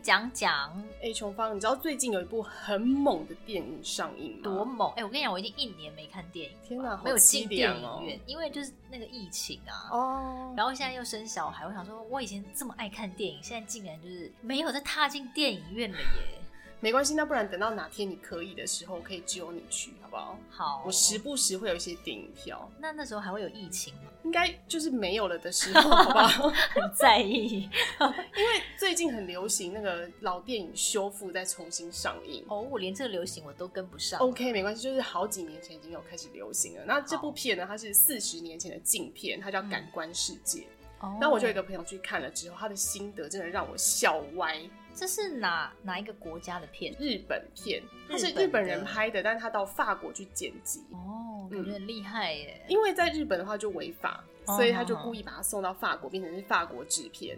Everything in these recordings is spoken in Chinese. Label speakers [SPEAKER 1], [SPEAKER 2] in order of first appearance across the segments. [SPEAKER 1] 讲讲
[SPEAKER 2] 哎，琼芳，你知道最近有一部很猛的电影上映吗？
[SPEAKER 1] 多猛！哎、我跟你讲，我已经一年没看电影了，
[SPEAKER 2] 天哪，好
[SPEAKER 1] 没有进
[SPEAKER 2] 凄
[SPEAKER 1] 电
[SPEAKER 2] 凉
[SPEAKER 1] 影
[SPEAKER 2] 哦！
[SPEAKER 1] 院，因为就是那个疫情啊。
[SPEAKER 2] 哦，
[SPEAKER 1] 然后现在又生小孩，我想说，我以前这么爱看电影，现在竟然就是没有再踏进电影院了耶。
[SPEAKER 2] 没关系，那不然等到哪天你可以的时候，可以只有你去，好不好？
[SPEAKER 1] 好，
[SPEAKER 2] 我时不时会有一些电影票，
[SPEAKER 1] 那那时候还会有疫情 吗？
[SPEAKER 2] 应该就是没有了的时候，好不好？
[SPEAKER 1] 很在意
[SPEAKER 2] 因为最近很流行那个老电影修复再重新上映。
[SPEAKER 1] 哦，我连这个流行我都跟不上。
[SPEAKER 2] OK，没关系，就是好几年前已经有开始流行了。那这部片呢，它是四十年前的禁片，它叫《感官世界》。
[SPEAKER 1] 嗯哦
[SPEAKER 2] 那我就有一个朋友去看了之后，他的心得真的让我笑歪。
[SPEAKER 1] 这是哪哪一个国家的片？
[SPEAKER 2] 日本片，它是
[SPEAKER 1] 日本的
[SPEAKER 2] 日本人拍的，但他到法国去剪辑，
[SPEAKER 1] 哦，
[SPEAKER 2] 嗯
[SPEAKER 1] 感觉很厉害耶。
[SPEAKER 2] 因为在日本的话就违法，
[SPEAKER 1] 哦
[SPEAKER 2] 所以他就故意把它送到法国，变成是法国制片。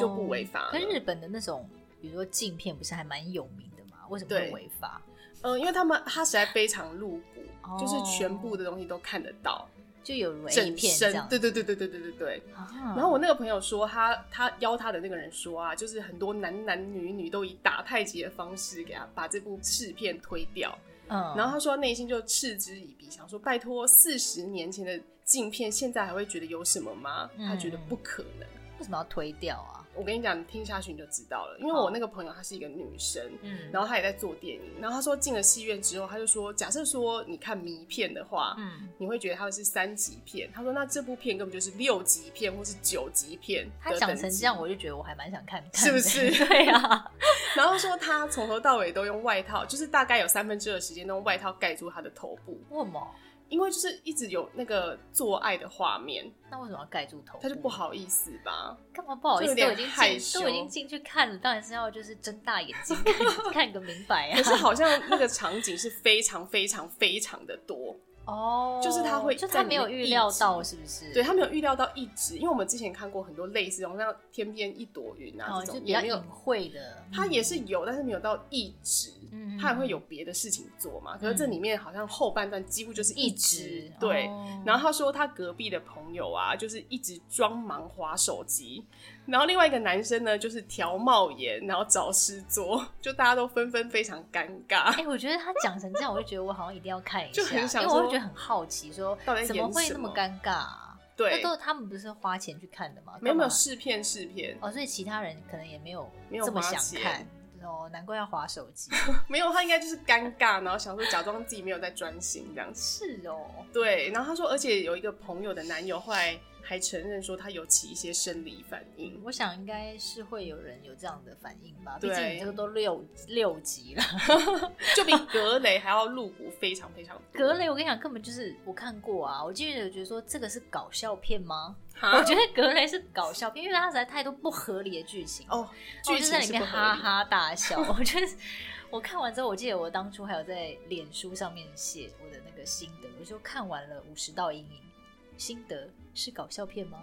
[SPEAKER 2] 就不违法了
[SPEAKER 1] 哦跟日本的那种，比如说禁片，不是还蛮有名的吗？为什么会
[SPEAKER 2] 对
[SPEAKER 1] 违法？
[SPEAKER 2] 嗯，因为他们他实在非常露骨，
[SPEAKER 1] 哦
[SPEAKER 2] 就是全部的东西都看得到，
[SPEAKER 1] 就有文艺
[SPEAKER 2] 整
[SPEAKER 1] 片这
[SPEAKER 2] 身
[SPEAKER 1] 样。。
[SPEAKER 2] 对对对对对对对对。
[SPEAKER 1] 啊
[SPEAKER 2] 然后我那个朋友说，他他邀他的那个人说啊，就是很多男男女女都以打太极的方式给他把这部制片推掉。
[SPEAKER 1] 嗯
[SPEAKER 2] 然后他说内心就嗤之以鼻，想说拜托，四十年前的镜片现在还会觉得有什么吗？
[SPEAKER 1] 嗯
[SPEAKER 2] 他觉得不可能。
[SPEAKER 1] 为什么要推掉啊？
[SPEAKER 2] 我跟你讲，你听下去你就知道了。因为
[SPEAKER 1] 好
[SPEAKER 2] 我那个朋友她是一个女生，
[SPEAKER 1] 嗯
[SPEAKER 2] 然
[SPEAKER 1] 后
[SPEAKER 2] 后她也在做电影，然后她说进了戏院之后，她就说，假设说你看迷片的话。
[SPEAKER 1] 嗯，
[SPEAKER 2] 你会觉得它是三级片，她说那这部片根本就是六级片或是九级片
[SPEAKER 1] 他
[SPEAKER 2] 的
[SPEAKER 1] 讲
[SPEAKER 2] 等
[SPEAKER 1] 成
[SPEAKER 2] 级
[SPEAKER 1] 这样，我就觉得我还蛮想看看的，
[SPEAKER 2] 是不是
[SPEAKER 1] 对啊，
[SPEAKER 2] 然后说她从头到尾都用外套，就是大概有三分之二的时间都用外套盖住她的头部，
[SPEAKER 1] 为什么？
[SPEAKER 2] 因为就是一直有那个做爱的画面，
[SPEAKER 1] 那为什么要盖住头？
[SPEAKER 2] 他就不，好意思吧？
[SPEAKER 1] 干嘛不好意思？
[SPEAKER 2] 就有点
[SPEAKER 1] 都已经
[SPEAKER 2] 害
[SPEAKER 1] 进，
[SPEAKER 2] 羞
[SPEAKER 1] 都已经进去看了，当然是要就是睁大眼 睛看看个明白啊
[SPEAKER 2] 可。是好像那个场景是非常非常非常的 多，
[SPEAKER 1] 哦，
[SPEAKER 2] 就是他会
[SPEAKER 1] 就
[SPEAKER 2] 在
[SPEAKER 1] 他
[SPEAKER 2] 你
[SPEAKER 1] 没有
[SPEAKER 2] 的
[SPEAKER 1] 预
[SPEAKER 2] 意
[SPEAKER 1] 料
[SPEAKER 2] 志
[SPEAKER 1] 到，是不是？
[SPEAKER 2] 对他没有预料到一直，因为我们之前看过很多类似这种像天边一朵云
[SPEAKER 1] 哦，
[SPEAKER 2] 啊这
[SPEAKER 1] 就
[SPEAKER 2] 种，
[SPEAKER 1] 是比
[SPEAKER 2] 也
[SPEAKER 1] 较
[SPEAKER 2] 没有
[SPEAKER 1] 隐，晦的。
[SPEAKER 2] 他也是有，但是没有到一直，
[SPEAKER 1] 嗯
[SPEAKER 2] 他也会有别的事情做嘛。可是这里面好像后半段几乎就是
[SPEAKER 1] 一
[SPEAKER 2] 直
[SPEAKER 1] 直
[SPEAKER 2] 对。
[SPEAKER 1] 哦
[SPEAKER 2] 然后他说他隔壁的朋友啊，就是一直装忙划手机，然后另外一个男生呢，就是调帽檐，然后找事做， 就大家都纷纷非常尴尬
[SPEAKER 1] 哎、。我觉得他讲成这样，我就觉得我好像一定要看一下，
[SPEAKER 2] 就很想
[SPEAKER 1] 因为我
[SPEAKER 2] 说
[SPEAKER 1] 会觉得很好奇说，
[SPEAKER 2] 到底在
[SPEAKER 1] 怎么
[SPEAKER 2] 演
[SPEAKER 1] 会
[SPEAKER 2] 什
[SPEAKER 1] 那么
[SPEAKER 2] 么
[SPEAKER 1] 尴尬、啊？那
[SPEAKER 2] 对
[SPEAKER 1] 都，是他们不是花钱去看的吗？
[SPEAKER 2] 没
[SPEAKER 1] 干
[SPEAKER 2] 有没
[SPEAKER 1] 嘛
[SPEAKER 2] 有试片试片，
[SPEAKER 1] 哦，所以其他人可能也没有
[SPEAKER 2] 没有
[SPEAKER 1] 这么
[SPEAKER 2] 花
[SPEAKER 1] 想
[SPEAKER 2] 钱
[SPEAKER 1] 看哦，难怪要划手机。
[SPEAKER 2] 没有他应该就是尴尬，然后想说假装自己没有在专心这样子。
[SPEAKER 1] 是哦，
[SPEAKER 2] 对，然后他说，而且有一个朋友的男友后来还承认说他有起一些生理反应，
[SPEAKER 1] 我想应该是会有人有这样的反应吧，毕
[SPEAKER 2] 对
[SPEAKER 1] 竟你这个都六六级了。
[SPEAKER 2] 就比格雷还要露骨非常非常多。
[SPEAKER 1] 格雷，我跟你讲，根本就是我看过啊，我记得觉得说这个是搞笑片吗？
[SPEAKER 2] 哈
[SPEAKER 1] 我觉得格雷是搞笑片，因为它实在太多不合理的剧情
[SPEAKER 2] 哦，
[SPEAKER 1] 我
[SPEAKER 2] 剧
[SPEAKER 1] 就
[SPEAKER 2] 情
[SPEAKER 1] 在里
[SPEAKER 2] 是
[SPEAKER 1] 面
[SPEAKER 2] 不合
[SPEAKER 1] 哈
[SPEAKER 2] 理
[SPEAKER 1] 哈 大笑。我觉得我看完之后，我记得我当初还有在脸书上面写我的那个心得，我说看完了《五十道阴影》，心得是搞笑片吗？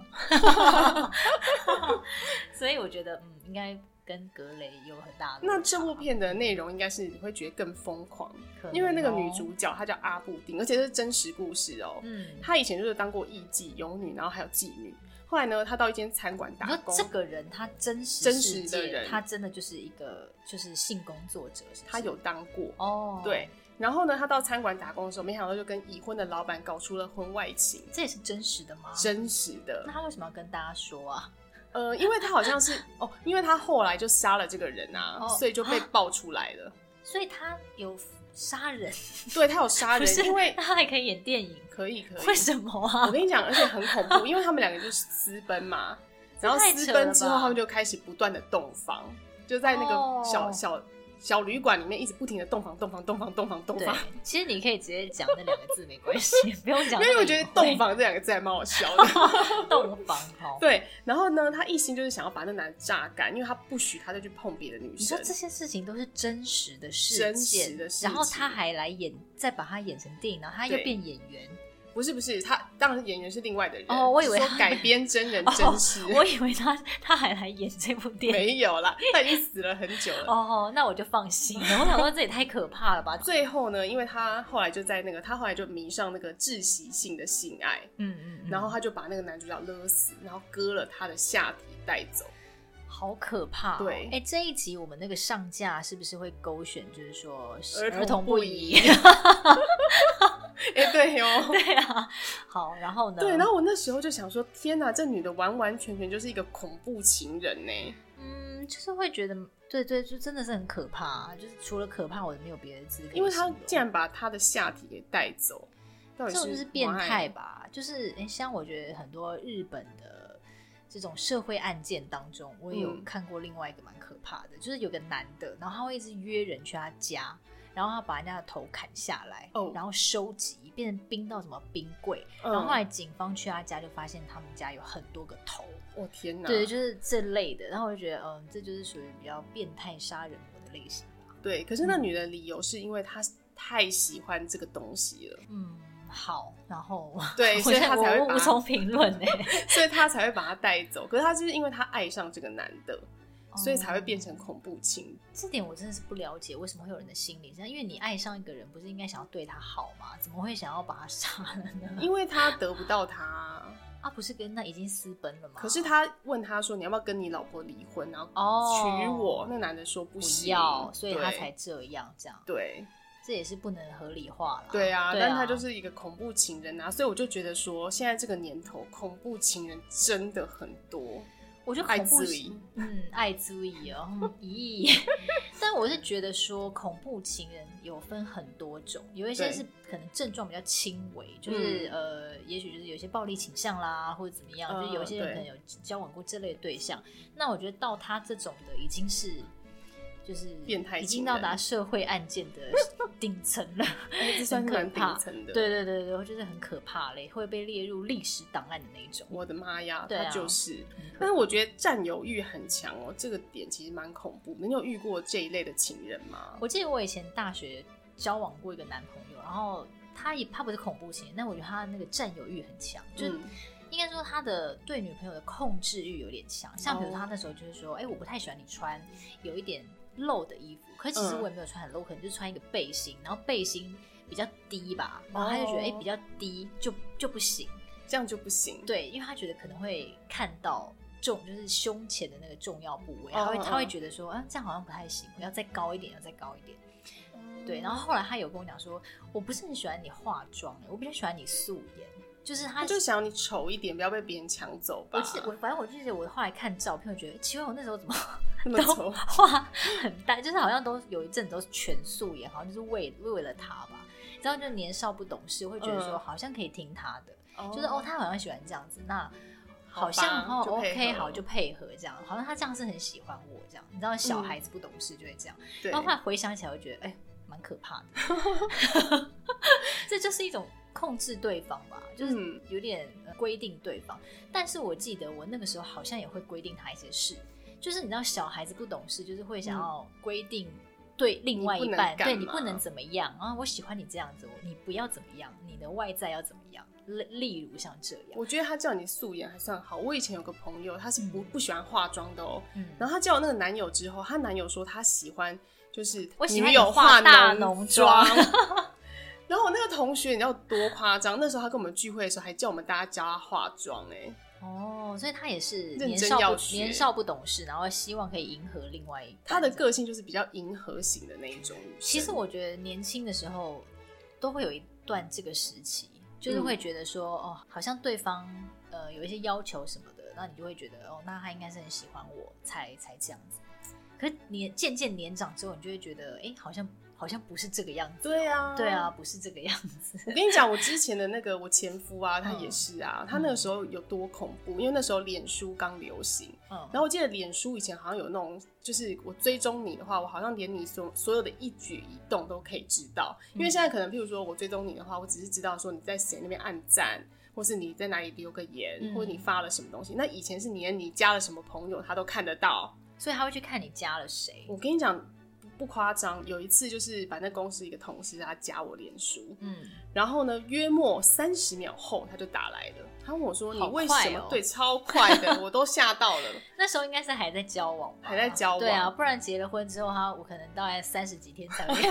[SPEAKER 1] 所以我觉得，嗯，应该跟格雷有很大的落差。
[SPEAKER 2] 那这部片的内容应该是你会觉得更疯狂，
[SPEAKER 1] 可能
[SPEAKER 2] 因为那个女
[SPEAKER 1] 哦，
[SPEAKER 2] 主角她叫阿布丁，而且是真实故事哦。
[SPEAKER 1] 嗯，
[SPEAKER 2] 她以前就是当过艺妓、游女，然后还有妓女。后来呢，她到一间餐馆
[SPEAKER 1] 你
[SPEAKER 2] 打
[SPEAKER 1] 说
[SPEAKER 2] 工
[SPEAKER 1] 这，个人他真实
[SPEAKER 2] 真
[SPEAKER 1] 世
[SPEAKER 2] 实的
[SPEAKER 1] 界
[SPEAKER 2] 人
[SPEAKER 1] 他真的就是一个就是性工作者，是不是
[SPEAKER 2] 她有当过。
[SPEAKER 1] 哦，
[SPEAKER 2] 对，然后呢，她到餐馆打工的时候，没想到就跟已婚的老板搞出了婚外情，
[SPEAKER 1] 这也是真实的吗？
[SPEAKER 2] 真实的
[SPEAKER 1] 哦那。他为什么要跟大家说啊？
[SPEAKER 2] 呃，因为她好 像是哦，因为她后来就杀了这个人啊，
[SPEAKER 1] 哦
[SPEAKER 2] 所以就被爆出来了。
[SPEAKER 1] 所以他有杀人，
[SPEAKER 2] 对，她有杀
[SPEAKER 1] 不是
[SPEAKER 2] 人，因为
[SPEAKER 1] 那他还可以演电影，
[SPEAKER 2] 可以可以，
[SPEAKER 1] 为什么
[SPEAKER 2] 我
[SPEAKER 1] 啊？
[SPEAKER 2] 跟你讲，而且很恐怖，因为他们两个就是私奔嘛，然后私奔之
[SPEAKER 1] 这太扯了吧
[SPEAKER 2] 后，他们就开始不断的洞房，就在那
[SPEAKER 1] 哦
[SPEAKER 2] 个小、小小旅馆里面一直不停的洞房洞房洞房洞房洞
[SPEAKER 1] 对
[SPEAKER 2] 房。，
[SPEAKER 1] 其实你可以直接讲那两个字没关 系，不用讲那么
[SPEAKER 2] 因
[SPEAKER 1] 隐晦。
[SPEAKER 2] 为我觉得“洞房”这两个字还蛮好笑 的，
[SPEAKER 1] 洞房 哈，
[SPEAKER 2] 对。然后呢，他一心就是想要把那男的榨干，因为他不许他再去碰别的女
[SPEAKER 1] 你说
[SPEAKER 2] 生。
[SPEAKER 1] 这些事情都是真实的事件，
[SPEAKER 2] 真实的事情
[SPEAKER 1] 然后他还来演，再把它演成电影，然后他又
[SPEAKER 2] 对
[SPEAKER 1] 变演员。
[SPEAKER 2] 不是不是，他当然演员是另外的人。
[SPEAKER 1] 哦我以为他
[SPEAKER 2] 是
[SPEAKER 1] 哦
[SPEAKER 2] 说改编真人真事，
[SPEAKER 1] 我以为他他还来演这部电影。
[SPEAKER 2] 没有啦，他已经死了很久了。
[SPEAKER 1] 哦，那我就放心了。我想说这也太可怕了吧？
[SPEAKER 2] 最后呢，因为他后来就在那个，他后来就迷上那个窒息性的性爱，
[SPEAKER 1] 嗯嗯嗯，
[SPEAKER 2] 然后他就把那个男主角勒死，然后割了他的下体带走。
[SPEAKER 1] 好可怕、哦！
[SPEAKER 2] 对
[SPEAKER 1] 哎、这一集我们那个上架是不是会勾选，就是说
[SPEAKER 2] 儿童
[SPEAKER 1] 童
[SPEAKER 2] 不
[SPEAKER 1] 宜？
[SPEAKER 2] 哎、对哦，
[SPEAKER 1] 对嗯啊，好，然后呢？
[SPEAKER 2] 对，然后我那时候就想说，天哪，这女的完完全全就是一个恐怖情人呢、
[SPEAKER 1] 嗯，就是会觉得，对对，就真的是很可怕、啊就是除了可怕，我没有别的字可以
[SPEAKER 2] 因为她
[SPEAKER 1] 形容
[SPEAKER 2] 竟然把她的下体给带走，到底
[SPEAKER 1] 这种就是是变
[SPEAKER 2] why？
[SPEAKER 1] 态吧？就是、诶像我觉得很多日本的这种社会案件当中，我也有
[SPEAKER 2] 嗯
[SPEAKER 1] 看过另外一个蛮可怕的，就是有个男的，然后他会一直约人去他家，然后他把人家的头砍下来，
[SPEAKER 2] 哦
[SPEAKER 1] 然后收集变成冰到什么冰柜，
[SPEAKER 2] 嗯
[SPEAKER 1] 然后后来警方去他家就发现他们家有很多个头，
[SPEAKER 2] 我、哦天哪，
[SPEAKER 1] 对，就是这类的，然后我就觉得，嗯，这就是属于比较变态杀人魔的类型吧。
[SPEAKER 2] 对，可是
[SPEAKER 1] 嗯
[SPEAKER 2] 那女的理由是因为她太喜欢这个东西了，
[SPEAKER 1] 嗯，好，然后
[SPEAKER 2] 对，
[SPEAKER 1] 我
[SPEAKER 2] 所以
[SPEAKER 1] 现在
[SPEAKER 2] 她才会
[SPEAKER 1] 我
[SPEAKER 2] 把
[SPEAKER 1] 无从评论欸呢。
[SPEAKER 2] 所以她才会把她带走。可是她就是因为她爱上这个男的，所以才会变成
[SPEAKER 1] 哦
[SPEAKER 2] 恐怖情人。
[SPEAKER 1] 这点我真的是不了解，为什么会有人的心理这样？因为你爱上一个人，不是应该想要对他好吗？怎么会想要把他杀了呢？
[SPEAKER 2] 因为她得不到他，
[SPEAKER 1] 啊，不是跟那已经私奔了吗？
[SPEAKER 2] 可是她问他说：“你要不要跟你老婆离婚，然后
[SPEAKER 1] 哦，
[SPEAKER 2] 娶我？”那男的说：“不
[SPEAKER 1] 不
[SPEAKER 2] 行。”
[SPEAKER 1] 要，所以他
[SPEAKER 2] 对
[SPEAKER 1] 才这样，这样
[SPEAKER 2] 对
[SPEAKER 1] 这也是不能合理化了。
[SPEAKER 2] 对啊，
[SPEAKER 1] 对
[SPEAKER 2] 但他就是一个恐怖情人啊，所以我就觉得说，现在这个年头，恐怖情人真的很多。
[SPEAKER 1] 我觉得
[SPEAKER 2] 爱
[SPEAKER 1] 恐怖
[SPEAKER 2] 自
[SPEAKER 1] 是
[SPEAKER 2] 已，
[SPEAKER 1] 嗯，爱足矣哦， 嗯咦。但我是觉得说，恐怖情人有分很多种，有一些
[SPEAKER 2] 对
[SPEAKER 1] 是可能症状比较轻微，就是、
[SPEAKER 2] 嗯
[SPEAKER 1] 呃，也许就是有些暴力倾向啦，或者怎么样，
[SPEAKER 2] 嗯
[SPEAKER 1] 就是有一些人
[SPEAKER 2] 对
[SPEAKER 1] 可能有交往过这类的对象。那我觉得到他这种的已经是。就是
[SPEAKER 2] 变态
[SPEAKER 1] 已
[SPEAKER 2] 情
[SPEAKER 1] 经到
[SPEAKER 2] 人
[SPEAKER 1] 达社会案件的 顶层了，
[SPEAKER 2] 哎，这算是蛮
[SPEAKER 1] 很可怕
[SPEAKER 2] 顶层的。
[SPEAKER 1] 对，对对对，就是很可怕嘞，会被列入历史档案的那一种。
[SPEAKER 2] 我的妈呀，
[SPEAKER 1] 对啊
[SPEAKER 2] 他就是。
[SPEAKER 1] 很可
[SPEAKER 2] 但是我觉得占有欲很强哦，这个点其实蛮恐怖的。你有遇过这一类的情人吗？
[SPEAKER 1] 我记得我以前大学交往过一个男朋友，然后他也他不是恐怖型，但我觉得他那个占有欲很强，就是
[SPEAKER 2] 嗯
[SPEAKER 1] 应该说他的对女朋友的控制欲有点强。像比如
[SPEAKER 2] 哦
[SPEAKER 1] 他那时候就是说，哎、我不太喜欢你穿有一点露的衣服，可其实
[SPEAKER 2] 嗯
[SPEAKER 1] 我也没有穿很露，可能就穿一个背心，然后背心比较低吧，然后他就觉得
[SPEAKER 2] 哦
[SPEAKER 1] 哎、比较低就就不行，
[SPEAKER 2] 这样就不行。
[SPEAKER 1] 对，因为他觉得可能会看到。重就是胸前的那个重要部位，
[SPEAKER 2] 哦
[SPEAKER 1] 他会
[SPEAKER 2] 哦
[SPEAKER 1] 他会
[SPEAKER 2] 哦
[SPEAKER 1] 觉得说，啊，这样好像不太行，我要再高一点，要再高一点。对，然后后来他有跟我讲说，我不是很喜欢你化妆、欸，我比较喜欢你素颜。就是他，
[SPEAKER 2] 他就想要你丑一点，不要被别人抢走吧
[SPEAKER 1] 我。记得我反正我就记得我后来看照片，我觉得奇怪，我那时候怎么
[SPEAKER 2] 那么
[SPEAKER 1] 都
[SPEAKER 2] 丑，
[SPEAKER 1] 化很淡，就是好像都有一阵子都是全素颜，好像就是为为了他吧。然后就年少不懂事，会觉得说
[SPEAKER 2] 嗯
[SPEAKER 1] 好像可以听他的，就是哦，他好像喜欢这样子，那
[SPEAKER 2] 好
[SPEAKER 1] 好像
[SPEAKER 2] 吧
[SPEAKER 1] 哦
[SPEAKER 2] 就配
[SPEAKER 1] OK
[SPEAKER 2] 合
[SPEAKER 1] 好就配合这样，好像他这样是很喜欢我这样。你知道小
[SPEAKER 2] 嗯
[SPEAKER 1] 孩子不懂事就会这样。
[SPEAKER 2] 对
[SPEAKER 1] 然后后来回想起来，我觉得哎，蛮可怕的。 这就是一种控制对方吧，就是
[SPEAKER 2] 嗯
[SPEAKER 1] 有点呃规定对方。但是我记得我那个时候好像也会规定他一些事，就是你知道小孩子不懂事，就是会想要规定对另外一半，
[SPEAKER 2] 嗯你不能干
[SPEAKER 1] 对你不
[SPEAKER 2] 嘛
[SPEAKER 1] 能怎么样啊，我喜欢你这样子，我你不要怎么样，你的外在要怎么样，例例如像这样，
[SPEAKER 2] 我觉得他叫你素颜还算好。我以前有个朋友，他是不
[SPEAKER 1] 嗯
[SPEAKER 2] 不喜欢化妆的哦。
[SPEAKER 1] 嗯，
[SPEAKER 2] 然后她交了那个男友之后，她男友说他喜欢就是
[SPEAKER 1] 我喜欢你
[SPEAKER 2] 女友
[SPEAKER 1] 化大浓
[SPEAKER 2] 浓
[SPEAKER 1] 妆。
[SPEAKER 2] 然后我那个同学，你知道多夸张？那时候他跟我们聚会的时候，还叫我们大家教他化妆、哎，
[SPEAKER 1] 哦，所以他也是
[SPEAKER 2] 认
[SPEAKER 1] 年
[SPEAKER 2] 真
[SPEAKER 1] 少
[SPEAKER 2] 要
[SPEAKER 1] 不
[SPEAKER 2] 学
[SPEAKER 1] 年少不懂事，然后希望可以迎合另外一半
[SPEAKER 2] 她的
[SPEAKER 1] 这样
[SPEAKER 2] 个性就是比较迎合型的那一种女生。
[SPEAKER 1] 其实我觉得年轻的时候都会有一段这个时期，就是
[SPEAKER 2] 嗯
[SPEAKER 1] 会觉得说，哦，好像对方呃有一些要求什么的，那你就会觉得，哦，那他应该是很喜欢我才才这样子。可是年渐渐年长之后，你就会觉得，哎、好像好像不是这个样子。
[SPEAKER 2] 对啊，
[SPEAKER 1] 对啊，。不是这个样子。
[SPEAKER 2] 我跟你讲，我之前的那个我前夫啊，他
[SPEAKER 1] 嗯
[SPEAKER 2] 也是啊，他那个时候有多恐怖？因为那时候脸书刚流行，
[SPEAKER 1] 嗯，
[SPEAKER 2] 然后我记得脸书以前好像有那种，就是我追踪你的话，我好像连你所所有的一举一动都可以知道。因
[SPEAKER 1] 嗯
[SPEAKER 2] 为现在可能，譬如说我追踪你的话，我只是知道说你在谁那边按赞，或是你在哪里留个言，
[SPEAKER 1] 嗯
[SPEAKER 2] 或者你发了什么东西。那以前是你连你加了什么朋友，他都看得到。
[SPEAKER 1] 所以他会去看你加了谁。
[SPEAKER 2] 我跟你讲不不夸张，有一次就是反正公司一个同事他加我脸书，
[SPEAKER 1] 嗯，
[SPEAKER 2] 然后呢，约莫三十秒后他就打来了，他问我说：“你
[SPEAKER 1] 好
[SPEAKER 2] 为
[SPEAKER 1] 快
[SPEAKER 2] 什么？”
[SPEAKER 1] 哦
[SPEAKER 2] 对，超快的，我都吓 到了。
[SPEAKER 1] 那时候应该是还在交往吧，
[SPEAKER 2] 还在交往
[SPEAKER 1] 对啊，不然结了婚之后，他我可能大概三十几天才 会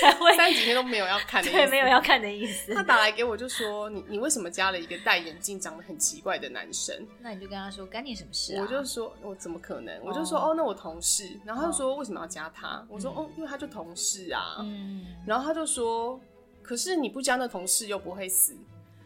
[SPEAKER 1] 才会
[SPEAKER 2] 三几天都没有要看的意思，
[SPEAKER 1] 对没有要看的意思
[SPEAKER 2] 他。打来给我就说：“你你为什么加了一个戴眼镜、长得很奇怪的男生？”
[SPEAKER 1] 那你就跟他说干你什么事啊？
[SPEAKER 2] 我就说：“我怎么可能？”我就说：“
[SPEAKER 1] 哦
[SPEAKER 2] 哦，那我同事。”然后他就说：“为什么要加他？”我说：“哦，因为他就同事啊。
[SPEAKER 1] 嗯，
[SPEAKER 2] 然后他就说：“可是你不加那同事又不会死。”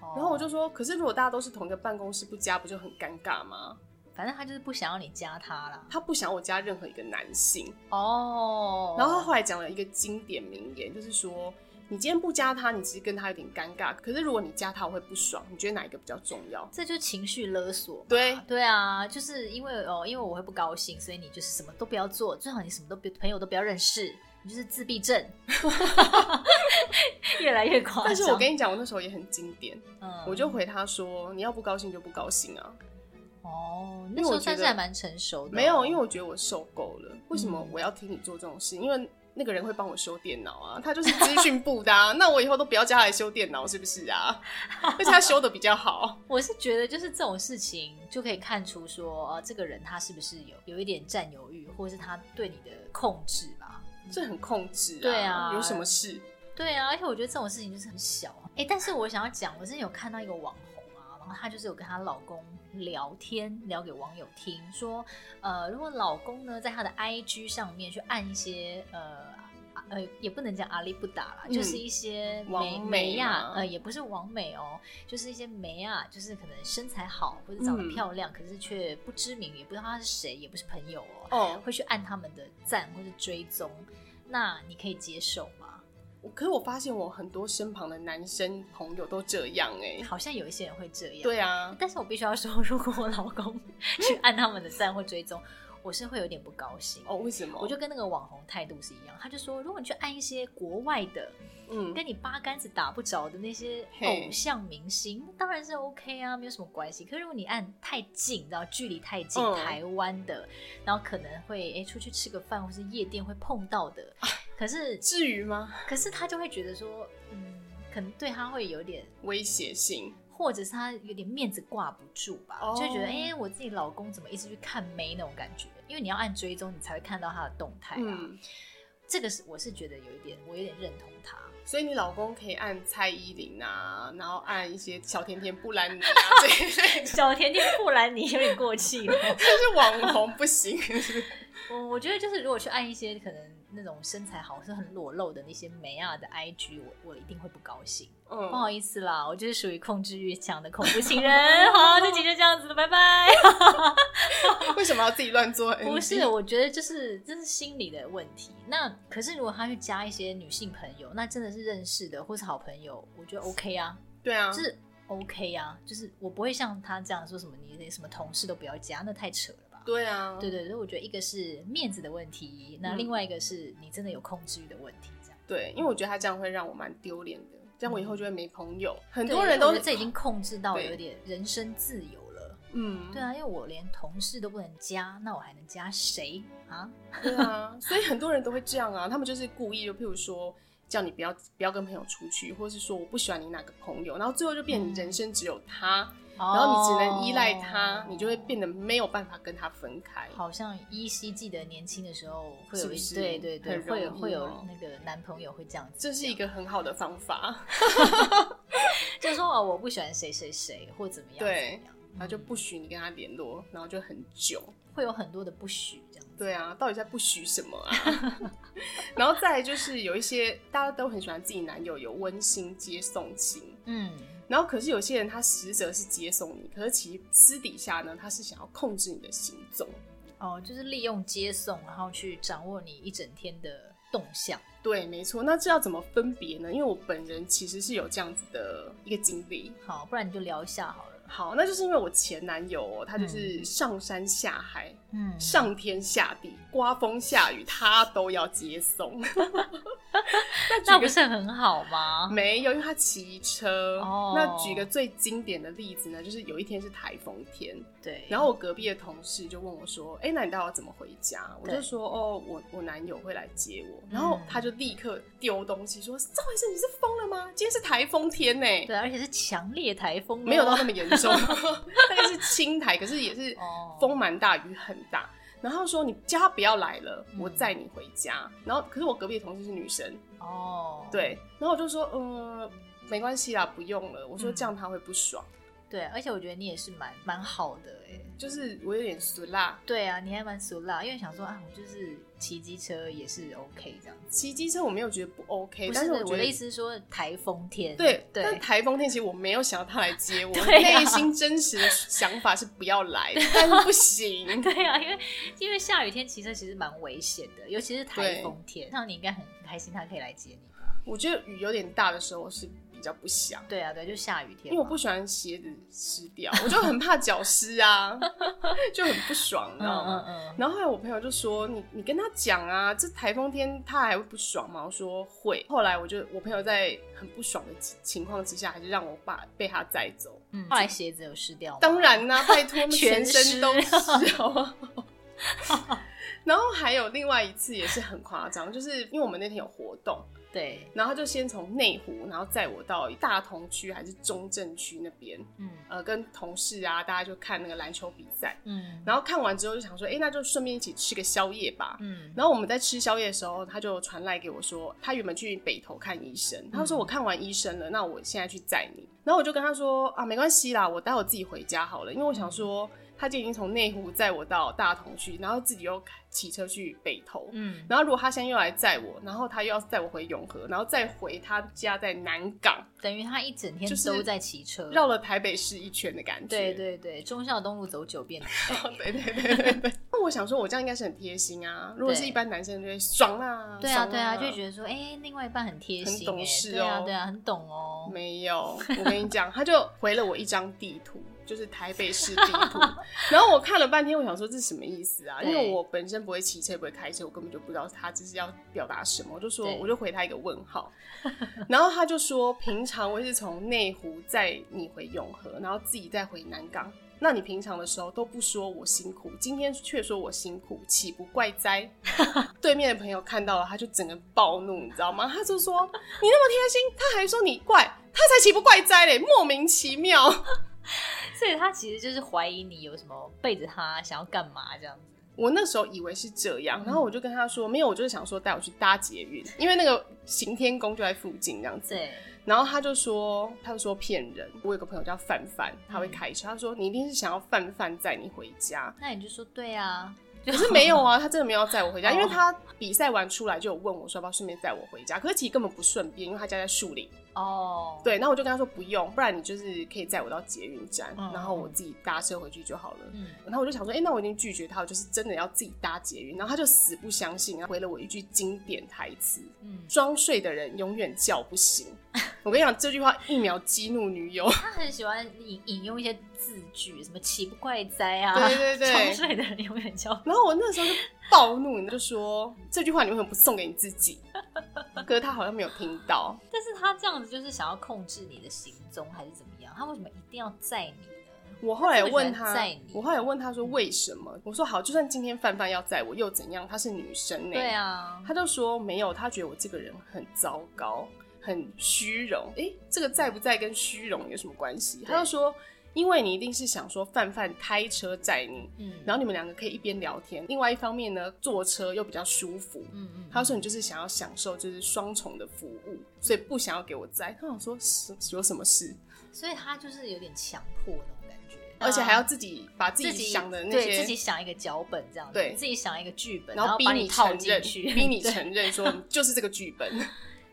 [SPEAKER 1] 然
[SPEAKER 2] 然后我就说：“可是如果大家都是同一个办公室，不加不就很尴尬吗
[SPEAKER 1] 反正他就是不想要你加他啦？”。
[SPEAKER 2] 他不想我加任何一个男性。
[SPEAKER 1] 哦，
[SPEAKER 2] 然后他后来讲了一个经典名言，就是说：“你今天不加他，你其实跟他有点尴尬；可是如果你加他，我会不爽。你觉得哪一个比较重要？”
[SPEAKER 1] 这就是情绪勒索嘛。
[SPEAKER 2] 对
[SPEAKER 1] 对啊，就是因为哦，因为我会不高兴，所以你就是什么都不要做，最好你什么都不朋友都不要认识，你就是自闭 症， 越来越夸张。
[SPEAKER 2] 但是我跟你讲，我那时候也很经典，
[SPEAKER 1] 嗯
[SPEAKER 2] 我就回他说：“你要不高兴就不高兴啊。
[SPEAKER 1] 哦，
[SPEAKER 2] 为
[SPEAKER 1] 那时
[SPEAKER 2] 我
[SPEAKER 1] 候
[SPEAKER 2] 觉
[SPEAKER 1] 算是
[SPEAKER 2] 得
[SPEAKER 1] 还蛮成熟”的。哦
[SPEAKER 2] 没有，因为我觉得我受够了。为什么
[SPEAKER 1] 嗯
[SPEAKER 2] 我要听你做这种事？因为那个人会帮我修电脑啊，他就是资讯部的啊。那 我以后都不要叫他来修电脑，是不是啊？ 而且他修的比较好。
[SPEAKER 1] 我是觉得就是这种事情就可以看出说，呃，这个人他是不是有有一点占有欲，或是他对你的控制吧。
[SPEAKER 2] 这很控制啊！
[SPEAKER 1] 对啊
[SPEAKER 2] 有什么事？
[SPEAKER 1] 对啊，而且我觉得这种事情就是很小啊。哎、但是我想要讲，我之前有看到一个网红啊，然后她就是有跟她老公聊天，聊给网友听，说，呃，如果老公呢在她的 IG 上面去按一些呃。啊呃，也不能讲阿里不打啦，
[SPEAKER 2] 嗯
[SPEAKER 1] 就是一些
[SPEAKER 2] 网
[SPEAKER 1] 美
[SPEAKER 2] 美
[SPEAKER 1] 美亚
[SPEAKER 2] 嘛，
[SPEAKER 1] 呃，也不是王美哦，就是一些美亚，就是可能身材好或者长得
[SPEAKER 2] 嗯
[SPEAKER 1] 漂亮，可是却不知名，也不知道她是谁，也不是朋友哦，
[SPEAKER 2] 哦，
[SPEAKER 1] 会去按他们的赞或者追踪，那你可以接受吗？
[SPEAKER 2] 我可是我发现我很多身旁的男生朋友都这样哎、
[SPEAKER 1] 好像有一些人会这样。，
[SPEAKER 2] 对啊，
[SPEAKER 1] 但是我必须要说，如果我老公 去按他们的赞或追踪，我是会有点不高兴。
[SPEAKER 2] 哦，为什么？
[SPEAKER 1] 我就跟那个网红态度是一样，他就说，如果你去按一些国外的，
[SPEAKER 2] 嗯，
[SPEAKER 1] 跟你八竿子打不着的那些
[SPEAKER 2] 嘿
[SPEAKER 1] 偶像明星，那当然是 OK 啊，没有什么关系。可是如果你按太近，然后距离太近，
[SPEAKER 2] 嗯
[SPEAKER 1] 台湾的，然后可能会哎、出去吃个饭或是夜店会碰到的，
[SPEAKER 2] 啊
[SPEAKER 1] 可是
[SPEAKER 2] 至于吗？
[SPEAKER 1] 可是他就会觉得说，嗯，可能对他会有点
[SPEAKER 2] 威胁性
[SPEAKER 1] 或者是他有点面子挂不住吧，
[SPEAKER 2] 哦
[SPEAKER 1] 就会觉得哎、诶我自己老公怎么一直去看妹那种感觉，因为你要按追踪，你才会看到他的动态啊。
[SPEAKER 2] 嗯，
[SPEAKER 1] 这个是我是觉得有一点，我有点认同他。
[SPEAKER 2] 所以你老公可以按蔡依林啊，然后按一些小甜甜布兰 妮啊这一类，
[SPEAKER 1] 小甜甜布兰妮有点过气哦，
[SPEAKER 2] 但是网红不行。
[SPEAKER 1] 我我觉得就是如果去按一些可能那种身材好是很裸露的那些美亚的 IG，我我一定会不高兴。不
[SPEAKER 2] 嗯，
[SPEAKER 1] 好意思啦，我就是属于控制欲强的恐怖情 人。好，这集就这样子了，拜拜。
[SPEAKER 2] 为什么要自己乱做 NG？
[SPEAKER 1] 不是，我觉得就是这是心理的问题。那可是如果他去加一些女性朋友，那真的是认识的或是好朋友，我觉得 OK 啊，
[SPEAKER 2] 对啊
[SPEAKER 1] 就，是 OK 啊，就是我不会像他这样说什么你连什么同事都不要加，那太扯了吧？
[SPEAKER 2] 对啊，
[SPEAKER 1] 对对，所以我觉得一个是面子的问题，那
[SPEAKER 2] 嗯
[SPEAKER 1] 另外一个是你真的有控制欲的问题，这样。
[SPEAKER 2] 对，因为我觉得他这样会让我蛮丢脸的，这样我以后就会没朋友。很
[SPEAKER 1] 很
[SPEAKER 2] 多人都
[SPEAKER 1] 这已经控制到
[SPEAKER 2] 对
[SPEAKER 1] 有点人身自由了。
[SPEAKER 2] 嗯，
[SPEAKER 1] 对啊，因为我连同事都不能加，那我还能加谁啊？
[SPEAKER 2] 对啊，所以很多人都会这样啊，他们就是故意，就譬如说叫你不要不要跟朋友出去，或是说我不喜欢你哪个朋友，然后最后就变成
[SPEAKER 1] 嗯
[SPEAKER 2] 人生只有他，
[SPEAKER 1] 然
[SPEAKER 2] 然后你只能依赖
[SPEAKER 1] 哦
[SPEAKER 2] 他，你就会变得没有办法跟他分开。
[SPEAKER 1] 好像依稀记得年轻的时候会有一
[SPEAKER 2] 是不是
[SPEAKER 1] 对对对，
[SPEAKER 2] 很容
[SPEAKER 1] 会
[SPEAKER 2] 易
[SPEAKER 1] 有
[SPEAKER 2] 哦
[SPEAKER 1] 会有那个男朋友会这样子，
[SPEAKER 2] 这是一个很好的方法，
[SPEAKER 1] 就是说哦，我不喜欢谁谁谁或怎么样，怎
[SPEAKER 2] 对
[SPEAKER 1] 么样，
[SPEAKER 2] 然后就不许你跟他联络，然后就很久。
[SPEAKER 1] 会有很多的不许这样子。
[SPEAKER 2] 对啊，到底在不许什么啊？ 然后再来就是有一些大家都很喜欢自己男友有温馨接送情，
[SPEAKER 1] 嗯，
[SPEAKER 2] 然后可是有些人他实则是接送你，可是其实私底下呢，他是想要控制你的行踪。
[SPEAKER 1] 哦，就是利用接送，然后去掌握你一整天的动向。
[SPEAKER 2] 对，没错。那这要怎么分别呢？因为我本人其实是有这样子的一个经历。
[SPEAKER 1] 好，不然你就聊一下好了。
[SPEAKER 2] 好，那就是因为我前男友哦，他就是上山下海、
[SPEAKER 1] 嗯，
[SPEAKER 2] 上天下地、刮风下雨，他都要接送。
[SPEAKER 1] 那不是很好吗？
[SPEAKER 2] 没有，因为他骑车。
[SPEAKER 1] 哦
[SPEAKER 2] 那举个最经典的例子呢，就是有一天是台风天，
[SPEAKER 1] 对，
[SPEAKER 2] 然后我隔壁的同事就问我说：“哎、那你到底要怎么回家？”我
[SPEAKER 1] 对嗯
[SPEAKER 2] 就说：“哦，我我男友会来接我。”然后他就立刻丢东西说：“赵医生，你是疯了吗？今天是台风天呢、
[SPEAKER 1] 对，而且是强烈台风哦，
[SPEAKER 2] 没有到那么严重， 大概是轻台，可是也是
[SPEAKER 1] 哦
[SPEAKER 2] 风蛮大，雨很大。然后说你叫他不要来了，
[SPEAKER 1] 嗯
[SPEAKER 2] 我载你回家。然后可是我隔壁的同事是女生，
[SPEAKER 1] 哦，
[SPEAKER 2] 对，然后我就说，嗯，没关系啦，不用了。我说
[SPEAKER 1] 嗯
[SPEAKER 2] 这样他会不爽，
[SPEAKER 1] 对，而且我觉得你也是蛮蛮好的哎、
[SPEAKER 2] 就是我有点俗辣。
[SPEAKER 1] 对啊，你还蛮俗辣，因为想说啊，我就是骑机车也是 OK 这样子。
[SPEAKER 2] 骑机车我没有觉得不 OK，
[SPEAKER 1] 不
[SPEAKER 2] 但
[SPEAKER 1] 是
[SPEAKER 2] 是我
[SPEAKER 1] 我
[SPEAKER 2] 觉得
[SPEAKER 1] 的意思是说台风天，
[SPEAKER 2] 对，
[SPEAKER 1] 对
[SPEAKER 2] 但台风天其实我没有想要他来接我，
[SPEAKER 1] 对啊
[SPEAKER 2] 内心真实的想法是不要来， 但是不行。
[SPEAKER 1] 对啊，因为因为下雨天骑车其实蛮危险的，尤其是台
[SPEAKER 2] 对
[SPEAKER 1] 风天。那你应该很开心，他可以来接你。
[SPEAKER 2] 我觉得雨有点大的时候是比较不想，
[SPEAKER 1] 对啊，对，就下雨天嘛，
[SPEAKER 2] 因为我不喜欢鞋子湿掉，我就很怕脚湿 啊，就很不爽，你
[SPEAKER 1] 嗯
[SPEAKER 2] 知道吗？
[SPEAKER 1] 嗯嗯，
[SPEAKER 2] 然后后来我朋友就说：“你你跟他讲啊，这台风天他还会不爽吗？”我说：“会。”后来我就我朋友在很不爽的情情况之下，还是让我把被他载走。
[SPEAKER 1] 嗯后来鞋子有湿掉吗？
[SPEAKER 2] 当然啦、拜托，
[SPEAKER 1] 全
[SPEAKER 2] 全
[SPEAKER 1] 湿
[SPEAKER 2] 身都是，好不好？ 然后还有另外一次也是很夸张，就是因为我们那天有活动，
[SPEAKER 1] 对，
[SPEAKER 2] 然后他就先从内湖，然后载我到大同区还是中正区那边，
[SPEAKER 1] 嗯
[SPEAKER 2] 呃，跟同事啊，大家就看那个篮球比赛。
[SPEAKER 1] 嗯，
[SPEAKER 2] 然后看完之后就想说，哎、那就顺便一起吃个宵夜吧。
[SPEAKER 1] 嗯
[SPEAKER 2] 然后我们在吃宵夜的时候，他就传来给我说，他原本去北投看医生，
[SPEAKER 1] 嗯
[SPEAKER 2] 他说我看完医生了，那我现在去载你。然后我就跟他说啊，没关系啦，我待会自己回家好了，因为我想说他就已经从内湖载我到大同去，然后自己又开骑车去北投。
[SPEAKER 1] 嗯，
[SPEAKER 2] 然后如果他现在又来载我，然后他又要载我回永和，然后再回他家在南港，
[SPEAKER 1] 等于他一整天
[SPEAKER 2] 就是
[SPEAKER 1] 都在骑车，
[SPEAKER 2] 绕了台北市一圈的感觉。
[SPEAKER 1] 对对对，忠孝东路走九 遍，
[SPEAKER 2] 对对对对 对。那我想说，我这样应该是很贴心啊。如果是一般男生，就会爽啊，
[SPEAKER 1] 对啊
[SPEAKER 2] 爽
[SPEAKER 1] 对啊，就
[SPEAKER 2] 就
[SPEAKER 1] 会觉得说，哎、另外一半很贴心、
[SPEAKER 2] 很懂
[SPEAKER 1] 哎
[SPEAKER 2] 事
[SPEAKER 1] 对啊
[SPEAKER 2] 哦
[SPEAKER 1] 对啊，很懂哦，
[SPEAKER 2] 没有。我跟你讲，他就回了我一张地图，就是台北市地图。然后我看了半天，我想说这是什么意思啊？
[SPEAKER 1] 对
[SPEAKER 2] 因为我本身不会骑车，也不会开车，我根本就不知道他这是要表达什么。我就说
[SPEAKER 1] 对，
[SPEAKER 2] 我就回他一个问号。 然后他就说，平常我是从内湖载你回永和，然后自己再回南港。那你平常的时候都不说我辛苦，今天却说我辛苦，岂不怪哉？ 对面的朋友看到了，他就整个暴怒，你知道吗？他就说你那么贴心，他还说你怪，他才岂不怪哉嘞？莫名其妙。
[SPEAKER 1] 所以他其实就是怀疑你有什么背着他想要干嘛这样子。
[SPEAKER 2] 我那时候以为是这样，
[SPEAKER 1] 嗯
[SPEAKER 2] 然后我就跟他说，没有，我就是想说带我去搭捷运，因为那个行天宫就在附近这样子。
[SPEAKER 1] 对，
[SPEAKER 2] 然后他就说，他就说骗人。我有个朋友叫范范，他
[SPEAKER 1] 嗯
[SPEAKER 2] 会开车，他说你一定是想要范范载你回 家，
[SPEAKER 1] 那你就说对啊，就
[SPEAKER 2] 可是没有啊，他真的没有要载我回家，
[SPEAKER 1] 哦
[SPEAKER 2] 因为他比赛完出来就有问我说要不要顺便载我回家，可是其实根本不顺便，因为他家在树林。
[SPEAKER 1] 哦，
[SPEAKER 2] 对，然后我就跟他说不用，不然你就是可以载我到捷运站，
[SPEAKER 1] 嗯
[SPEAKER 2] 然后我自己搭车回去就好了。
[SPEAKER 1] 嗯，
[SPEAKER 2] 然后我就想说，哎、那我已经拒绝他，我就是真的要自己搭捷运。然后他就死不相信，然后回了我一句经典台词：“
[SPEAKER 1] 嗯
[SPEAKER 2] 装睡的人永远叫不醒。”我跟你讲，这句话一秒激怒女友。
[SPEAKER 1] 他很喜欢引引用一些字句，什么岂不怪哉啊？
[SPEAKER 2] 对 对对
[SPEAKER 1] 装睡的人永远叫。
[SPEAKER 2] 然后我那时候就暴怒，你就说这句话你为什么不送给你自己？可是他好像没有听到，
[SPEAKER 1] 但是他这样子就是想要控制你的行踪还是怎么样？他为什么一定要载你呢？
[SPEAKER 2] 我后来问
[SPEAKER 1] 他这么
[SPEAKER 2] 他
[SPEAKER 1] 喜欢载你，
[SPEAKER 2] 我后来问他说为什么？我说好，就算今天范范要载我又怎样？她是女生呢、
[SPEAKER 1] 对啊，
[SPEAKER 2] 他就说没有，他觉得我这个人很糟糕，很虚荣。诶、这个在不在跟虚荣有什么关系？他就说，因为你一定是想说范范开车载你，
[SPEAKER 1] 嗯，
[SPEAKER 2] 然
[SPEAKER 1] 后
[SPEAKER 2] 后你们两个可以一边聊天，另外一方面呢，坐车又比较舒服。
[SPEAKER 1] 嗯嗯，
[SPEAKER 2] 他说你就是想要享受就是双重的服务，所以不想要给我载。他想说什有什么事，
[SPEAKER 1] 所以他就是有点强迫那种感觉，
[SPEAKER 2] 而且还要自己把自
[SPEAKER 1] 自
[SPEAKER 2] 己想的那
[SPEAKER 1] 对自己
[SPEAKER 2] 些。
[SPEAKER 1] 想一个脚本这样子，
[SPEAKER 2] 对
[SPEAKER 1] 自己想一个剧本，
[SPEAKER 2] 然后逼
[SPEAKER 1] 把
[SPEAKER 2] 你
[SPEAKER 1] 套
[SPEAKER 2] 承
[SPEAKER 1] 进
[SPEAKER 2] 认，
[SPEAKER 1] 去，
[SPEAKER 2] 逼你
[SPEAKER 1] 对
[SPEAKER 2] 承认说你就是这个剧本。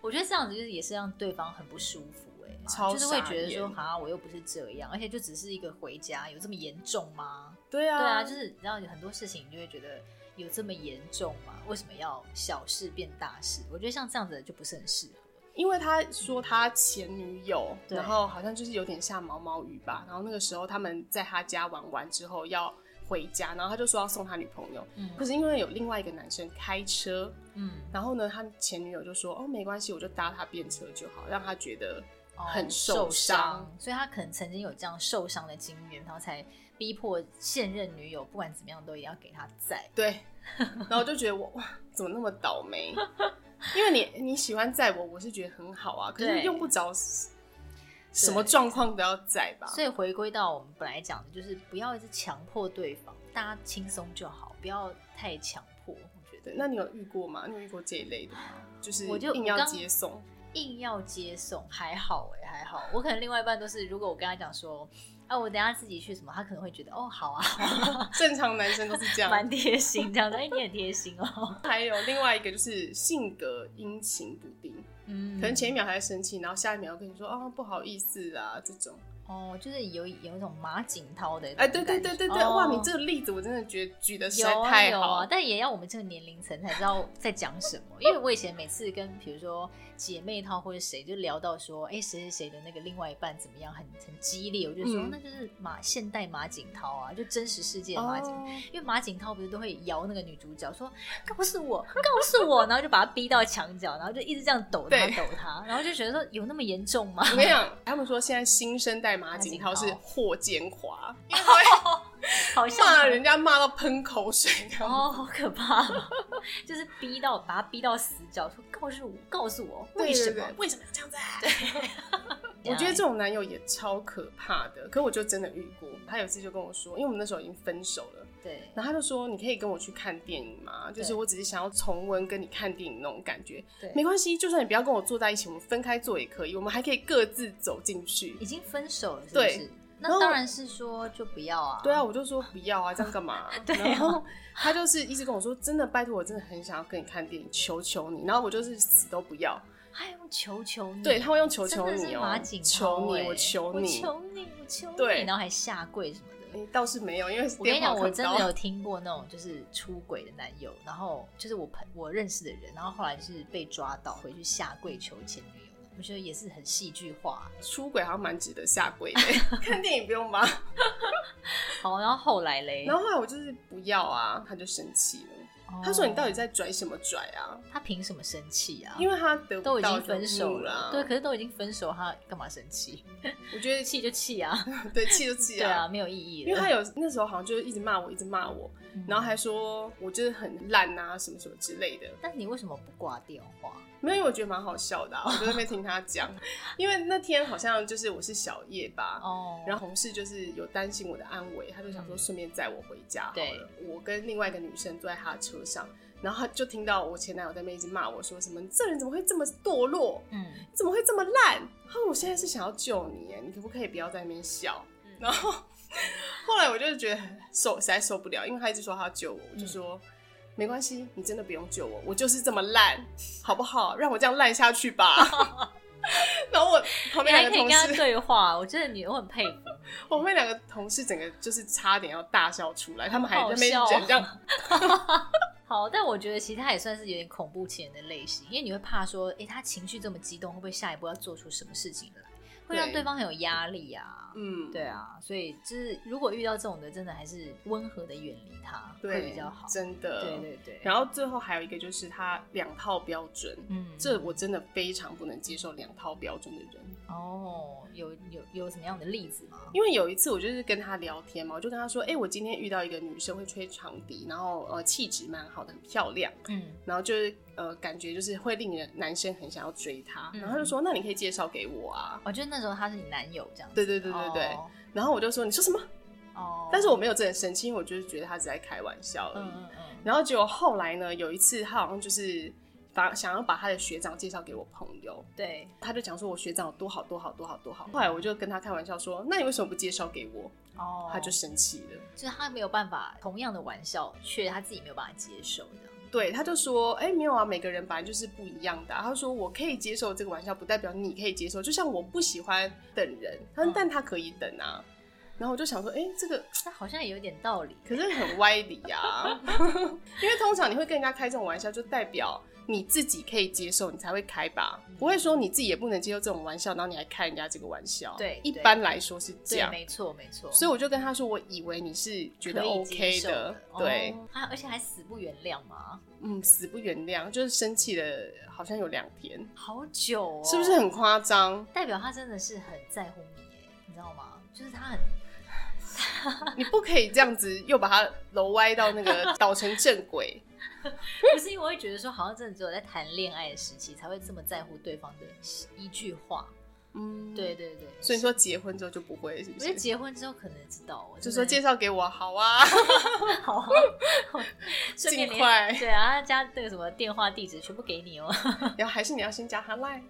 [SPEAKER 1] 我觉得这样子就是也是让对方很不舒服哎、
[SPEAKER 2] 超
[SPEAKER 1] 就是会
[SPEAKER 2] 傻
[SPEAKER 1] 觉得说
[SPEAKER 2] 眼
[SPEAKER 1] 啊，我又不是这样，而且就只是一个回家，有这么严重吗？
[SPEAKER 2] 对啊
[SPEAKER 1] 对啊，就是然后有很多事情你就会觉得有这么严重吗？为什么要小事变大事？我觉得像这样子的就不是很适合。
[SPEAKER 2] 因为他说他前女友，
[SPEAKER 1] 对
[SPEAKER 2] 然后好像就是有点下毛毛雨吧，然后那个时候他们在他家玩完之后要回家，然后他就说要送他女朋友，
[SPEAKER 1] 嗯
[SPEAKER 2] 可是因为有另外一个男生开车，
[SPEAKER 1] 嗯，
[SPEAKER 2] 然后呢，他前女友就说哦没关系，我就搭他便车就好，让他觉得
[SPEAKER 1] 哦
[SPEAKER 2] 很
[SPEAKER 1] 受
[SPEAKER 2] 受伤，
[SPEAKER 1] 所以他可能曾经有这样受伤的经验，然后才逼迫现任女友不管怎么样都也要给他在。
[SPEAKER 2] 对，然后我就觉得我哇，怎么那么倒霉？因为你你喜欢载我，我是觉得很好啊，可
[SPEAKER 1] 对
[SPEAKER 2] 是用不着什么状况都要载吧。
[SPEAKER 1] 所以回归到我们本来讲的，就是不要一直强迫对方，大家轻松就好，不要太强迫。我觉
[SPEAKER 2] 对，
[SPEAKER 1] 得
[SPEAKER 2] 那你有遇过吗？你有遇过这一类的吗？就是
[SPEAKER 1] 我就
[SPEAKER 2] 硬
[SPEAKER 1] 我
[SPEAKER 2] 要
[SPEAKER 1] 刚
[SPEAKER 2] 接送，
[SPEAKER 1] 硬要接送还好哎、还好。我可能另外一半都是，如果我跟他讲说，啊，我等一下自己去什么，他可能会觉得哦，好啊，
[SPEAKER 2] 正常男生都是 这 样
[SPEAKER 1] 蛮。贴心这样子。哎、你很贴心哦。
[SPEAKER 2] 还有另外一个就是性格阴晴不定，
[SPEAKER 1] 嗯，
[SPEAKER 2] 可能前一秒还在生气，然后下一秒又跟你说啊不好意思啦这种。
[SPEAKER 1] 哦，就是有有一种马景涛的那种
[SPEAKER 2] 哎，对对
[SPEAKER 1] 感觉
[SPEAKER 2] 对对对，哇，
[SPEAKER 1] 哦
[SPEAKER 2] 你这个例子我真的觉得举的实
[SPEAKER 1] 有
[SPEAKER 2] 在
[SPEAKER 1] 啊
[SPEAKER 2] 太
[SPEAKER 1] 有
[SPEAKER 2] 好
[SPEAKER 1] 啊，。但也要我们这个年龄层才知道在讲什么。因为我以前每次跟比如说姐妹套或者谁就聊到说，哎、谁谁谁的那个另外一半怎么样，很很激烈，我就说、
[SPEAKER 2] 嗯
[SPEAKER 1] 那就是马现代马景涛啊，就真实世界的马景。
[SPEAKER 2] 哦，
[SPEAKER 1] 因为马景涛不是都会摇那个女主角说告诉我，告诉我，然后就把她逼到墙角，然后就一直这样抖她
[SPEAKER 2] 对
[SPEAKER 1] 抖她，然后就觉得说有那么严重 吗？
[SPEAKER 2] 我跟你讲，他们说现在新生代马景涛
[SPEAKER 1] 马
[SPEAKER 2] 是
[SPEAKER 1] 景涛
[SPEAKER 2] 霍建华，因为他会
[SPEAKER 1] 好像
[SPEAKER 2] 骂人家骂到喷口水这样。
[SPEAKER 1] 哦，好可 怕！就是逼到把他逼到死角，说告诉我，告诉我为
[SPEAKER 2] 对
[SPEAKER 1] 什
[SPEAKER 2] 对
[SPEAKER 1] 么
[SPEAKER 2] 对，？为什么要这样子、啊？ 我
[SPEAKER 1] 哎
[SPEAKER 2] 觉得这种男友也超可怕的，可我就真的遇过。他有一次就跟我说，因为我们那时候已经分手了，
[SPEAKER 1] 对
[SPEAKER 2] 然后他就说：“你可以跟我去看电影吗？就是
[SPEAKER 1] 对
[SPEAKER 2] 我只是想要重温跟你看电影那种感觉，没
[SPEAKER 1] 对，
[SPEAKER 2] 关系，就算你不要跟我坐在一起，我们分开坐也可以，我们还可以各自走进去。
[SPEAKER 1] 已经分手了，是不
[SPEAKER 2] 对
[SPEAKER 1] 是？
[SPEAKER 2] 然
[SPEAKER 1] 那
[SPEAKER 2] 后
[SPEAKER 1] 当然是说就不要啊。
[SPEAKER 2] 对啊，，我就说不要啊，这样干嘛、
[SPEAKER 1] 对啊
[SPEAKER 2] 然后他就是一直跟我说，真的拜托，我真的很想要跟你看电影，求求你。然后我就是死都不要，
[SPEAKER 1] 还用求求你，
[SPEAKER 2] 对他会用求
[SPEAKER 1] 真
[SPEAKER 2] 求
[SPEAKER 1] 的是
[SPEAKER 2] 你哦、
[SPEAKER 1] 马景涛
[SPEAKER 2] 求
[SPEAKER 1] 欸
[SPEAKER 2] 你，我求你。
[SPEAKER 1] 我求你，我求你，
[SPEAKER 2] 对
[SPEAKER 1] 然后还下跪什么的。
[SPEAKER 2] 你倒是没有，因为
[SPEAKER 1] 我跟你
[SPEAKER 2] 电话
[SPEAKER 1] 讲，
[SPEAKER 2] 看
[SPEAKER 1] 我
[SPEAKER 2] 不
[SPEAKER 1] 真
[SPEAKER 2] 到
[SPEAKER 1] 的有听过那种就是出轨的男友，然后就是我朋我认识的人，然后后来就是被抓到回去下跪求前女友，我觉得也是很戏剧化、
[SPEAKER 2] 出轨，好像蛮值得下 跪的。看电影不用吧？
[SPEAKER 1] 好，然后后来嘞，
[SPEAKER 2] 然后后来我就是不要啊，他就生气了。
[SPEAKER 1] 哦
[SPEAKER 2] 他说：“你到底在拽什么拽啊？
[SPEAKER 1] 他凭什么生气啊？
[SPEAKER 2] 因
[SPEAKER 1] 为
[SPEAKER 2] 为他得
[SPEAKER 1] 都
[SPEAKER 2] 不
[SPEAKER 1] 已
[SPEAKER 2] 到
[SPEAKER 1] 经
[SPEAKER 2] 就
[SPEAKER 1] 分手
[SPEAKER 2] 怒
[SPEAKER 1] 了，
[SPEAKER 2] 啦。
[SPEAKER 1] 对，可是都已经分手，他干嘛生气？
[SPEAKER 2] 我觉得
[SPEAKER 1] 气就气啊，
[SPEAKER 2] 对气就气
[SPEAKER 1] 对啊，，没有意义了。
[SPEAKER 2] 因为他有那时候好像就是一直骂我，一直骂我，
[SPEAKER 1] 嗯
[SPEAKER 2] 然后，还说我就是很烂啊，什么什么之类的。
[SPEAKER 1] 但你为什么不挂电 话？
[SPEAKER 2] 没有，因为我觉得蛮好笑的、啊，我就在那边听他讲。因为那天好像就是我是小夜吧，
[SPEAKER 1] 哦，
[SPEAKER 2] 然后同事就是有担心我的安危，他就想说顺便载我回家好
[SPEAKER 1] 嗯对
[SPEAKER 2] 了。我跟另外一个女生坐在他的车上，然后他就听到我前男友在那边一直骂我说什么：“你这人怎么会这么堕落？
[SPEAKER 1] 嗯，
[SPEAKER 2] 怎么会这么烂？”他说：“我现在是想要救你耶，你可不可以不要在那边笑？”
[SPEAKER 1] 嗯
[SPEAKER 2] 然后后来我就觉得受实在受不了，因为他一直说他要救我，
[SPEAKER 1] 嗯
[SPEAKER 2] 我就说。没关系，你真的不用救我，我就是这么烂，好不好？让我这样烂下去吧。 然后我旁
[SPEAKER 1] 你
[SPEAKER 2] 边
[SPEAKER 1] 还
[SPEAKER 2] 两个
[SPEAKER 1] 可以
[SPEAKER 2] 同
[SPEAKER 1] 跟
[SPEAKER 2] 事
[SPEAKER 1] 他对话，我真的你我很佩服。
[SPEAKER 2] 我们两个同事整个就是差点要大笑出来，他们还在那边
[SPEAKER 1] 好笑哦
[SPEAKER 2] 忍，这样
[SPEAKER 1] 好，但我觉得其实他也算是有点恐怖情人的类型，因为你会怕说，诶，他情绪这么激动，会不会下一步要做出什么事情来，会让
[SPEAKER 2] 对
[SPEAKER 1] 对方很有压力啊？
[SPEAKER 2] 嗯，
[SPEAKER 1] 对啊，所以就是如果遇到这种的，真的还是温和的远离他会
[SPEAKER 2] 对，
[SPEAKER 1] 比较好。
[SPEAKER 2] 真的。
[SPEAKER 1] 对对对。
[SPEAKER 2] 然后最后还有一个就是他两套标准，
[SPEAKER 1] 嗯，
[SPEAKER 2] 这我真的非常不能接受两套标准的人。
[SPEAKER 1] 哦，有有有什么样的例子吗？
[SPEAKER 2] 因为有一次我就是跟他聊天嘛，我就跟他说，哎、我今天遇到一个女生会吹长笛，然后呃气质蛮好的，很漂亮，
[SPEAKER 1] 嗯，
[SPEAKER 2] 然后就是呃感觉就是会令人男生很想要追她。
[SPEAKER 1] 嗯
[SPEAKER 2] 然后他就说，那你可以介绍给我啊。
[SPEAKER 1] 我觉得那时候他是你男友这样子。
[SPEAKER 2] 对对对对对。
[SPEAKER 1] 哦
[SPEAKER 2] 然后我就说，你说什么？
[SPEAKER 1] 哦，
[SPEAKER 2] 但是我没有真的生气，因为我就是觉得他只在开玩笑而已。
[SPEAKER 1] 嗯嗯嗯，
[SPEAKER 2] 然后结果后来呢，有一次他好像就是把想要把他的学长介绍给我朋友，
[SPEAKER 1] 对，
[SPEAKER 2] 他就讲说我学长有多好多好多好多好。后来我就跟他开玩笑说，那你为什么不介绍给我？
[SPEAKER 1] 哦，
[SPEAKER 2] 他就生气了，
[SPEAKER 1] 就是他没有办法同样的玩笑，却他自己没有办法接受这样。
[SPEAKER 2] 对，他就说，哎、没有啊，每个人本来就是不一样的啊、他说我可以接受这个玩笑，不代表你可以接受。就像我不喜欢等人，他说
[SPEAKER 1] 嗯
[SPEAKER 2] 但他可以等啊。然后我就想说，哎、这个
[SPEAKER 1] 那好像也有点道理。
[SPEAKER 2] 啊可是很歪理呀、因为通常你会跟人家开这种玩笑，就代表你自己可以接受，你才会开吧，不会说你自己也不能接受这种玩笑，然后你还开人家这个玩笑。
[SPEAKER 1] 对
[SPEAKER 2] 一
[SPEAKER 1] 对
[SPEAKER 2] 般来说是这
[SPEAKER 1] 对，
[SPEAKER 2] 样。
[SPEAKER 1] 没错没错，
[SPEAKER 2] 所以我就跟他说，我以为你是觉得
[SPEAKER 1] 可以接
[SPEAKER 2] OK
[SPEAKER 1] 受的，
[SPEAKER 2] 对，
[SPEAKER 1] 哦他而且还死不原谅吗？
[SPEAKER 2] 嗯，死不原谅，就是生气了，好像有两天，
[SPEAKER 1] 好久哦，
[SPEAKER 2] 是不是很夸 张？
[SPEAKER 1] 代表他真的是很在乎你耶？你知道吗？就是他很
[SPEAKER 2] 你不可以这样子又把它揉歪到那 个导成正轨。
[SPEAKER 1] 不是因为我会觉得说，好像真的只有在谈恋爱的时期才会这么在乎对方的一句话。
[SPEAKER 2] 嗯，
[SPEAKER 1] 对。对对，
[SPEAKER 2] 所以你说结婚之后就不会，是
[SPEAKER 1] 我
[SPEAKER 2] 不
[SPEAKER 1] 觉得
[SPEAKER 2] 是？
[SPEAKER 1] 结婚之后可能知道，我
[SPEAKER 2] 就
[SPEAKER 1] 真
[SPEAKER 2] 说
[SPEAKER 1] 的
[SPEAKER 2] 介绍给我，好啊，
[SPEAKER 1] 好 啊，顺便连
[SPEAKER 2] 尽快
[SPEAKER 1] 对啊，他家那个什么电话地址全部给你哦。
[SPEAKER 2] 然后还是你要先加他 赖，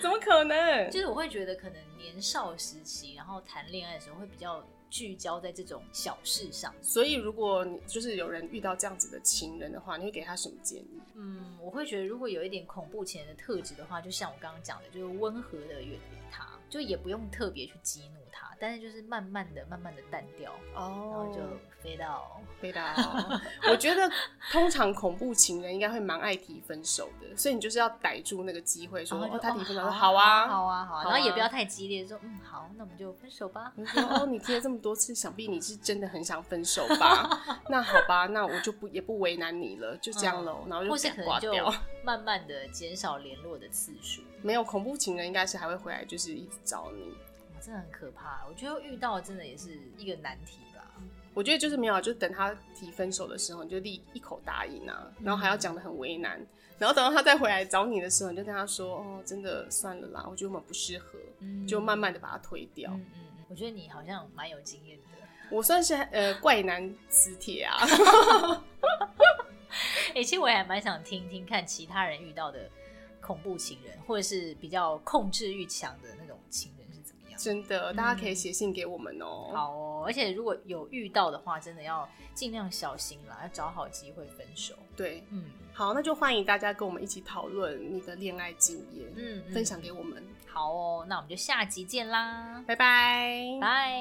[SPEAKER 2] 怎么可能？
[SPEAKER 1] 就是我会觉得，可能年少时期，然后谈恋爱的时候会比较聚焦在这种小事上。
[SPEAKER 2] 所以如果你就是有人遇到这样子的情人的话，你会给他什么建议？
[SPEAKER 1] 嗯，我会觉得如果有一点恐怖情人的特质的话，就像我刚刚讲的，就是温和的远离他，就也不用特别去激怒他，但是就是慢慢的、慢慢的淡掉，然后
[SPEAKER 2] 哦
[SPEAKER 1] 就飞到
[SPEAKER 2] 对啦，哦我觉得通常恐怖情人应该会蛮爱提分手的，所以你就是要逮住那个机会说，
[SPEAKER 1] 然后就
[SPEAKER 2] 哦，他提分手，说
[SPEAKER 1] 哦
[SPEAKER 2] 好
[SPEAKER 1] 好
[SPEAKER 2] 啊。
[SPEAKER 1] 啊，好啊，
[SPEAKER 2] 好啊
[SPEAKER 1] 然后也不要太激烈，说嗯好，那我们就分手吧。
[SPEAKER 2] 我就说哦，你提了这么多次，想必你是真的很想分手吧？ 那好吧，那我就不也不为难你了，就这样喽。然后
[SPEAKER 1] 嗯
[SPEAKER 2] 就
[SPEAKER 1] 或
[SPEAKER 2] 给
[SPEAKER 1] 是
[SPEAKER 2] 他
[SPEAKER 1] 可
[SPEAKER 2] 挂
[SPEAKER 1] 能就
[SPEAKER 2] 掉。
[SPEAKER 1] 慢慢的减少联络的次数，
[SPEAKER 2] 没有恐怖情人应该是还会回来，就是一直找你。
[SPEAKER 1] 哇，真的很可怕。我觉得遇到真的也是一个难题吧。
[SPEAKER 2] 我觉得就是没有，啊就等他提分手的时候，你就立一口答应啊，
[SPEAKER 1] 嗯
[SPEAKER 2] 然后还要讲的很为难，然后等到他再回来找你的时候，你就跟他说，哦，真的算了啦，我觉得我们不适合，
[SPEAKER 1] 嗯
[SPEAKER 2] 就慢慢的把他推掉。
[SPEAKER 1] 嗯嗯嗯，我觉得你好像蛮有经验的。
[SPEAKER 2] 我算是呃怪男磁 铁啊，
[SPEAKER 1] 哎、其实我也还蛮想听听看其他人遇到的恐怖情人，或者是比较控制欲强的那种情人是怎么样。
[SPEAKER 2] 真的，大家可以写信给我们哦、
[SPEAKER 1] 嗯好哦，而且如果有遇到的话，真的要尽量小心啦，要找好机会分手。
[SPEAKER 2] 对，
[SPEAKER 1] 嗯
[SPEAKER 2] 好，那就欢迎大家跟我们一起讨论你的恋爱经验，
[SPEAKER 1] 嗯，嗯
[SPEAKER 2] 分享给我们，
[SPEAKER 1] 好哦，那我们就下集见啦，
[SPEAKER 2] 拜拜。
[SPEAKER 1] 拜。